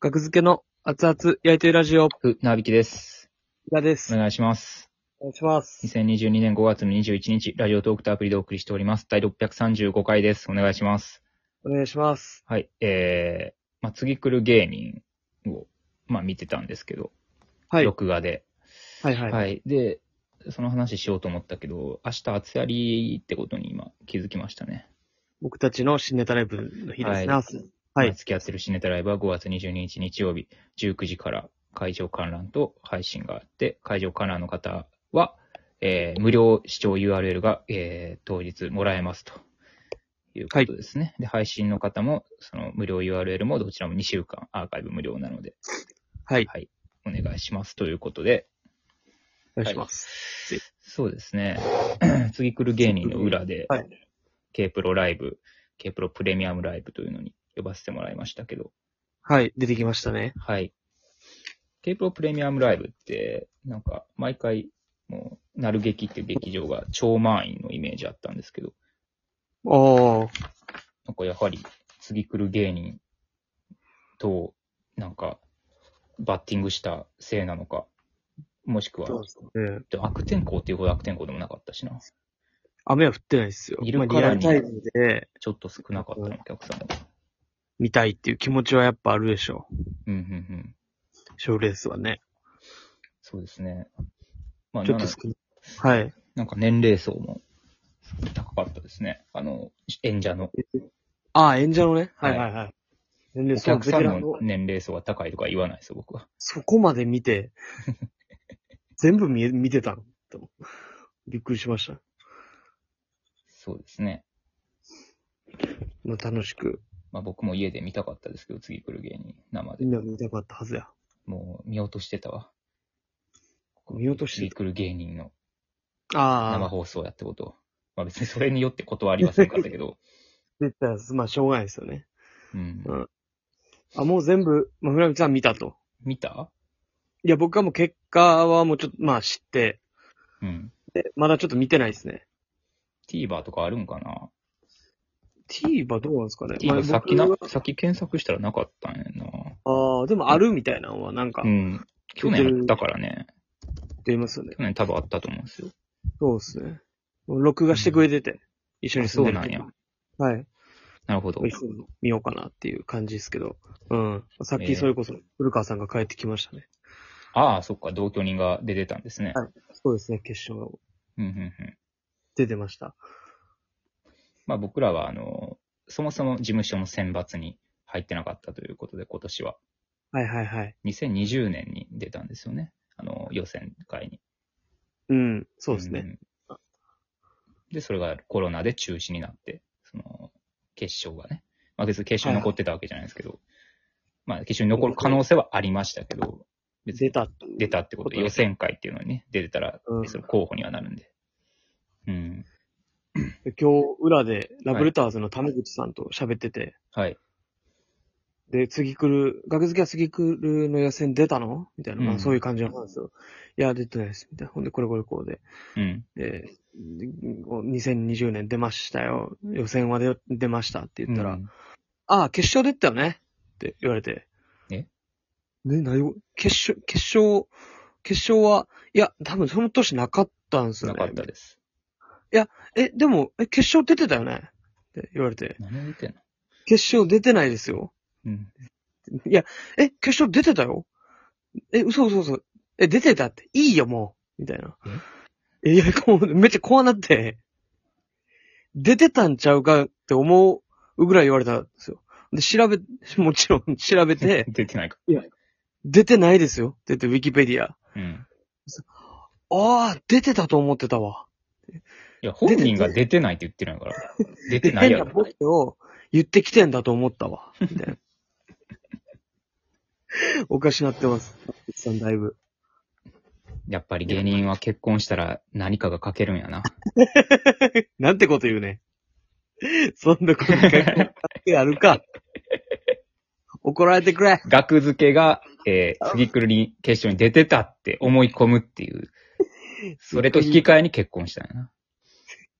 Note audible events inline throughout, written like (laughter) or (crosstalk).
学付けの熱々焼いてるラジオ、ふ、なびきです。裏でおす。願いします。お願いします。 2022年5月の21日、ラジオトークとアプリでお送りしております。第635回です。お願いします。お願いします。はい。えー、まあ、次来る芸人を、まあ、見てたんですけど、はい。録画で。はいはい。はい。で、その話しようと思ったけど、明日厚やりってことに今気づきましたね。僕たちの新ネタライブの日ですね。明は日はいまあ付き合ってるシネタライブは5月22日日曜日19時から会場観覧と配信があって、会場観覧の方は、えー無料視聴 URL が、えー当日もらえますということですね。で、配信の方も、その無料 URL もどちらも2週間アーカイブ無料なのではい。お願いしますということで、お願いします。そうですね。 (clears throat) 次来る芸人の裏で、はい K プロライブ、K プロプレミアムライブというのに呼ばせてもらいましたけど、はい。出てきましたね。はい。K-PRO プレミアムライブって、なんか、毎回、もう、なる劇っていう劇場が超満員のイメージあったんですけど、おー。なんかやはり、次来る芸人と、なんか、バッティングしたせいなのか、もしくは、すね。でも悪天候っていうほど悪天候でもなかったしな。雨は降ってないですよ。いるまあからにリアルタイムでちょっと少なかったな、お客さんも。見たいっていう気持ちはやっぱあるでしょうんうんうん。う。ショーレースはね。そうですね。まあ、ちょっなとの少ない。はい。なんか年齢層も高かったですね。あの、演者の。ああ、演者のね。ははいいはいはい。全然おその客ベさテんランのの年齢層が高いとか言わないですよ、僕は。そこまで見 (laughs) て、全部見え見てたのとびっくりしました。そうですね。まあ、楽しく、まあ僕も家で見たかったですけど、次来る芸人、生でみ。んな見たかったはずや。もう見落としてたわ。見落として次来る芸人の生ああ、放送やってことを。まあ別にそれによって断りませんかった (laughs) けど。出たら、まあ、しょうがないですよね。うん。うんあ、もう全部、まあ、ふらみちゃん見たと。見たいや、僕はもう結果はもうちょっと、まあ、知って、うん。で、まだちょっと見てないですね。 TVer とかあるんかな TVer どうなんですかね ?TVer さっきまあな僕、さっき検索したらなかったんやな。はああ、でもあるみたいなのはなんか、うってん。去年あったからね。言いますよね。去年多分あったと思うんですよ。そうですね。もう録画してくれてて、一緒に住んでるあそう時なんやはい。なるほど。一緒に見ようかなっていう感じですけど。うん。さっえきえそれこそ、古川さんが帰ってきましたね。ああ、そっか、同居人が出てたんですね。はいそうですね、決勝うんうんうん。出てました。まあ僕らは、あの、そもそも事務所の選抜に入ってなかったということで、今年ははいはいはい。 2020年に出たんですよね。あの、予選会に。うん、そうですね。んで、それがコロナで中止になって、その、決勝がね。まあ別に決勝に残ってたわけじゃないですけど、まあ決勝に残る可能性はありましたけど、別出にたっていう。出たってことで、予選会っていうのにね、出てたらう、んその候補にはなるんで。うん。で今日、裏で、ラブレターズの田口さんと喋ってて、はい。で、次来る、学付けは次来るの予選出たのみたいな、まあうんそういう感じの話を。いや、出てないです。みたいな。ほんで、これこれこうで。うん。で、2020年出ましたよ。予選は出出ましたって言ったら、うんああ、決勝出たよねって言われて。えね、なよ、決勝、決勝、決勝は、いや、多分その年なかったんですよなね。かったです。え、でも、え、決勝出てたよねって言われて。何を言ってんの決勝出てないですよ。うん。いや、え、決勝出てたよえ、嘘嘘嘘。え、出てたって。いいよ、もう。みたいな。え、いや、こう、めっちゃ怖なって。出てたんちゃうかって思うぐらい言われたんですよ。で、調べ、もちろん (laughs) 調べて、 (laughs) 出てないか。出てないですよ。出て、ウィキペディア。うん。ああ、出てたと思ってたわ。いや、本人が出てないって言ってるんやから。出てないや変なろボ。ケを言ってきてんだと思ったわ。みたい (laughs) な。おかしなってます。さんだいぶ。やっぱり芸人は結婚したら何かが書けるんやな。 (laughs) なんてこと言うね。そんなこと一回こうやるか。怒られてくれ。額付けが、えー、次来るに決勝に出てたって思い込むっていう。それと引き換えに結婚したんやな。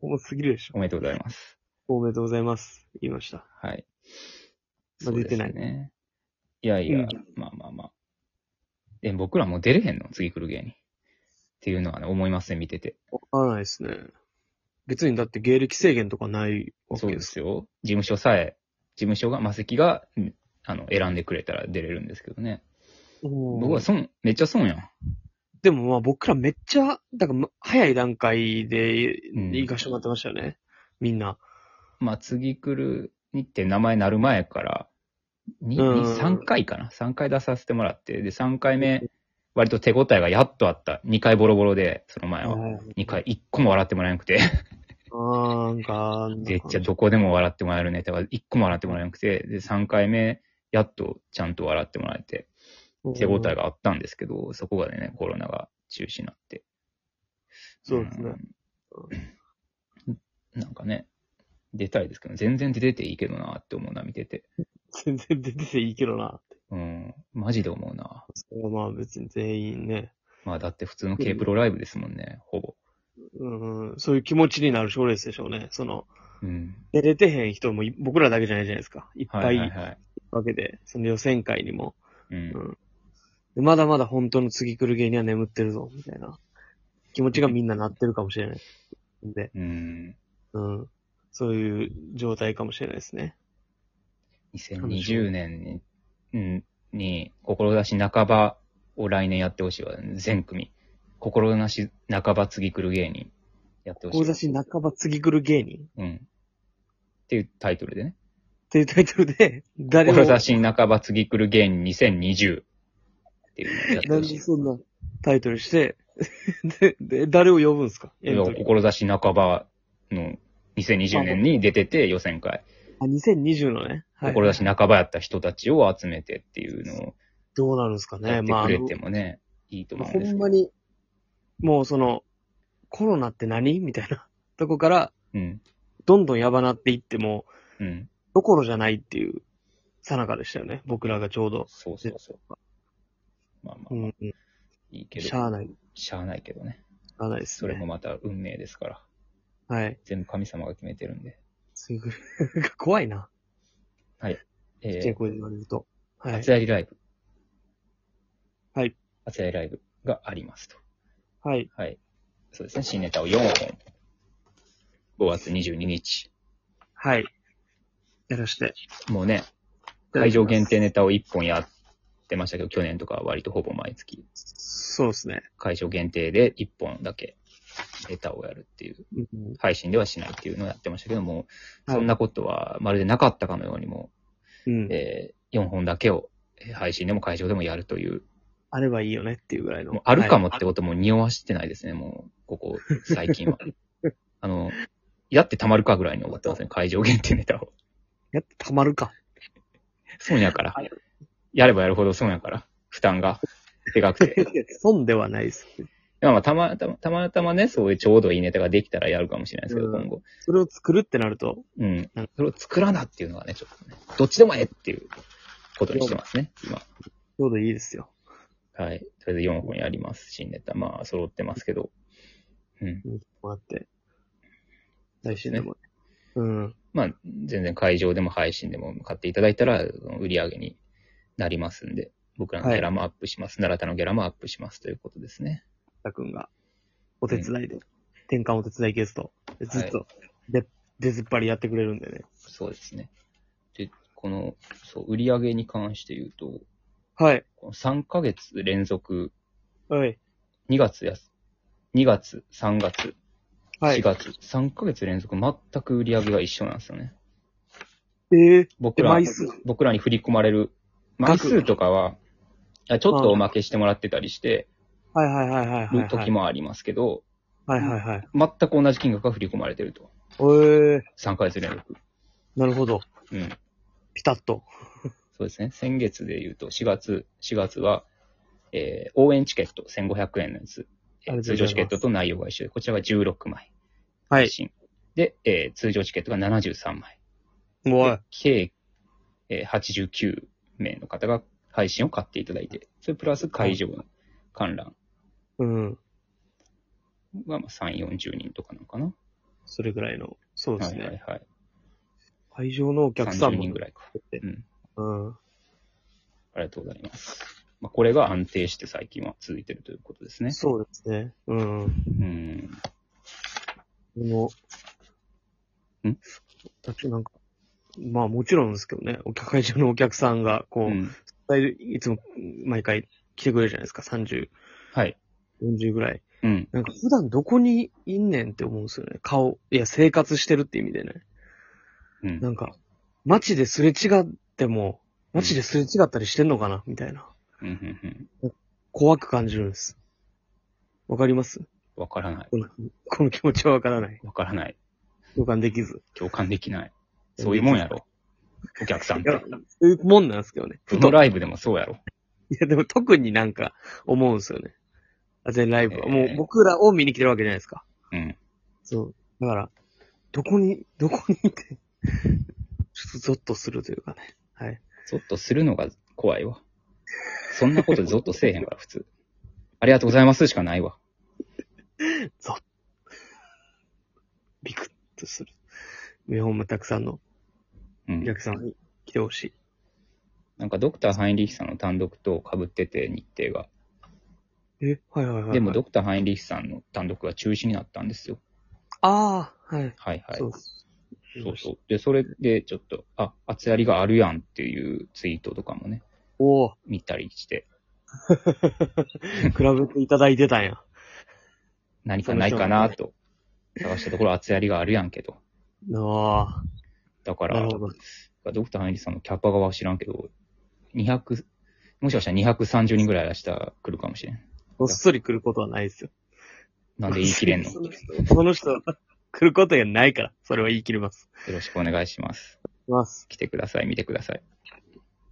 重すぎるでしょ。おめでとうございます。おめでとうございます。言いました。はい。まあそうです出ね。いやいや、うんまあまあまあ。え、僕らもう出れへんの次来る芸人。っていうのはね、思いますね、見てて。わからないですね。別にだって芸歴制限とかないわそけで。うですすよ。事務所さえ、事務所が、マセキが、うんあの、選んでくれたら出れるんですけどね。うん僕は損、めっちゃ損やん。でもまあ僕らめっちゃ、だからま早い段階でうん行かしてもらってましたよね。みんな。まあ、次来るにって名前なる前から、に、うんに3回かな ?3 回出させてもらって、で、3回目、割と手応えがやっとあった。2回ボロボロで、その前は。2回、1個も笑ってもらえなくて。あーなんか、めっちゃどこでも笑ってもらえるネタが1個も笑ってもらえなくて、で、3回目、やっとちゃんと笑ってもらえて、手応えが。があったんですけど、そこがね、コロナが中止になって。そうですね。うん。なんかね、出たいですけど、全然出ていいけどなって思うな、見てて。全然出てていいけどな。うん、マジで思うな。それはまあ別に全員ね、まあだって普通の K プロライブですもんね、ほぼ。うん、そういう気持ちになる賞レースでしょうね。その、うん。出れてへん人もい僕らだけじゃないじゃないですか。いっぱはいいいはいるはい。わけで、その予選会にも。うん。でまだまだ本当の次来る芸人は眠ってるぞ、みたいな気持ちがみんななってるかもしれない。で、うん。うん。そういう状態かもしれないですね。 2020年に、うん、に、志半ばを来年やってほしいわ。全組。志半ば次来る芸人やってほしいわ。志半ば次来る芸人っうん。っていうタイトルでね。ていうタイトルで、誰も、なん志半ば次来る芸人2020っていうのやってほしでい。そんなタイトルして、で、で誰を呼ぶんですかエントリー。志半ばの2020年に出てて予選会。あ、2020のね。はい。志半ばやった人たちを集めてっていうのをどうなるんですかね。やってまあ、くれてもね、いいとま思あうほんですんけまど。に、もうその、コロナって何 (laughs) みたいなとこから、うん。どんどんやばなっていっても、うん。どころじゃないっていう、さなかでしたよね。僕らがちょうど。そうそうそう。まあうまあ、ん。いいけど。しゃあない。ししゃあないけどね。ゃあないです、そね。れもまた運命ですから。はい。全部神様が決めてるんで。すぐ、 (laughs) 怖いな。ちっちゃえい声で言われると。ー、はい。熱やりライブ。はい。熱やりライブがありますと。はい。はい。そうですね。新ネタを4本。5月22日。はい。やらして。もうね、会場限。定ネタを1本やってましたけど、去年とかは割とほぼ毎月、そうですね。会場限定で1本だけネタをやるっていう、うん配信ではしないっていうのをやってましたけども、はいそんなことはまるでなかったかのようにも、うん。え4本だけをえー配信でも会場でもやるという、あればいいよねっていうぐらいの。もうあるかもはっいてことも匂わしてないですね、もう、ここ最近は。 (laughs) あの、やってたまるかぐらいに思ってますね、会場限定ネタを。やってたまるか。損やからは。やればやるほど損やから。負担が。でか (laughs) くて。 (laughs) 損ではないです。まあまあ、たまたま、たまたまね、そういうちょうどいいネタができたらやるかもしれないですけど、うん今後。それを作るってなると、うん。それを作らなっていうのがね、ちょっとね、どっちでもええっていうことにしてますね、今。ちょうどいいですよ。はい。とりあえず4本やります、新ネタ。まあ、揃ってますけど。うん。見てもらって。来週でもね。うん。まあ、全然会場でも配信でも買っていただいたら、売り上げになりますんで、僕らのギャラもアップします。奈良田のギャラもアップしますということですね。たくんが、お手伝いで、転換お手伝いゲスト、でずっと、で、出ずっぱりやってくれるんでね。そうですね。で、この、そう、売り上げに関して言うと、はい。この3ヶ月連続、はい。 2月やす、2月、3月、は4い。月、3ヶ月連続全く売り上げが一緒なんですよね。ええ僕で、ら枚、数。僕らに振り込まれる枚数とかは、あちょっとおまけしてもらってたりしてはいはいはいはいはい、るは時い。もありますけど、はいはいはい。全く同じ金額が振り込まれてると。ええ3ヶ月連続。なるほど。うん。ピタッと。そうですね。先月で言うと、4月、4月は、えー応援チケット1500円のやつ。えありがとうございーます通常チケットと内容が一緒で、こちらが16枚。はい。新で、えー通常チケットが73枚。もでう、計、えー89名の方が配信を買っていただいて、それプラス会場の観覧うん。がまあ3、40人とかなのかな。それぐらいの。そうですね。はいはいはい。会場のお客さん30も人。ぐらいか。うん。うん。ありがとうございます。まあ、これが安定して最近は続いてるということですね。そうですね。うん。うん。でも、んだってなんか、まあもちろんですけどね、お客会場のお客さんが、こう、うんいつも毎回来てくれるじゃないですか、30、はい。 40ぐらい。うん。なんか普段どこにいんねんって思うんですよね。顔、いや生活してるって意味でね。うんな。んか、街ですれ違っても、街ですれ違ったりしてんのかなみたいな。うん。うんうん。怖く感じるんです。わかります (laughs) わからない。このこの気持ちはわからない。わからない。共感できず。共感できない。そういうもんやろ。お客さんっいやて。そういうもんなんですけどね。プふとロライブでもそうやろ。いや、でも特になんか思うんですよね。あ全ライブは。えーもう僕らを見に来てるわけじゃないですか。うん。そう。だから、どこに、どこにいて、ちょっとゾッとするというかね。はい。ゾッとするのが怖いわ。そんなことゾッとせえへんから、普通。ありがとうございますしかないわ。ビクッとする。日本もたくさんのうんお。客さんに来てほしい。なんかドクター・ハインリヒさんの単独と被ってて、日程が。え、はいはいはいはい。でもドクター・ハインリヒさんの単独が中止になったんですよ。ああ、はい。はいはい。そうそうそう。で、それでちょっと、あ、厚やりがあるやんっていうツイートとかもね、おお、見たりして、比べていただいてたんや。何かないかなと探したところ、厚やりがあるやんけど。あだかあ、ならる、ほど。ドクター・ハインリヒさんのキャパ側は知らんけど、200、もしかしたら230人ぐらい明日来るかもしれん。ごっそり来ることはないですよ。なんで言い (laughs) 切れんのそよの人、この人来ることがないから、それは言い切ります。ろしくお願いします。います。来てください、見てください。